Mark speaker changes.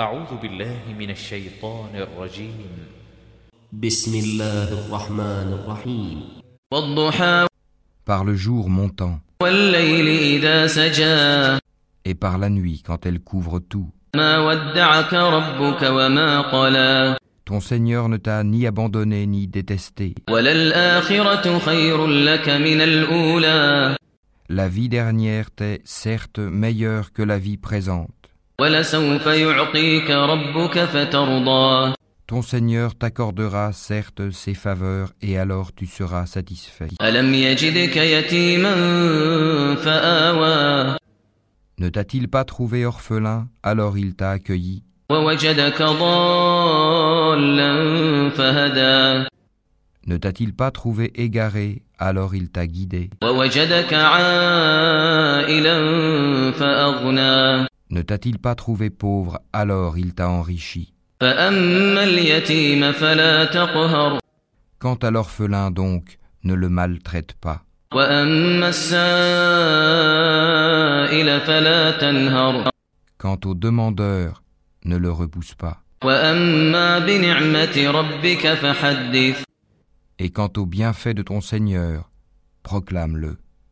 Speaker 1: أعوذ بالله من الشيطان الرجيم
Speaker 2: بسم الله الرحمن الرحيم
Speaker 3: والضحى
Speaker 4: par le jour montant
Speaker 3: والليل إذا سجى
Speaker 4: et par la nuit quand elle couvre tout.
Speaker 3: ما ودعك ربك وما قلى
Speaker 4: Ton Seigneur ne t'a ni abandonné ni détesté.
Speaker 3: وللآخرة خير لك من الأولى
Speaker 4: La vie dernière t'est certes meilleure que la vie présente.
Speaker 3: ولسوف يعطيك ربك فترضى
Speaker 4: Ton Seigneur t'accordera certes ses faveurs et alors tu seras satisfait.
Speaker 3: ألم يجدك يتيما فآوى
Speaker 4: Ne t'a-t-il pas trouvé orphelin, alors il t'a accueilli.
Speaker 3: ووجدك ضالا فهدى
Speaker 4: Ne t'a-t-il pas trouvé égaré, alors il t'a guidé.
Speaker 3: ووجدك عائلا فأغنى
Speaker 4: Ne t'a-t-il pas trouvé pauvre, alors il t'a enrichi.
Speaker 3: فأما اليتيم فلا تقهر
Speaker 4: Quant à l'orphelin donc, ne le maltraite pas.
Speaker 3: وأما السائل فلا تنهر
Speaker 4: Quant au demandeur, ne le repousse pas.
Speaker 3: وأما بنعمة ربك فحدث
Speaker 4: Et quant au bienfait de ton Seigneur, proclame-le.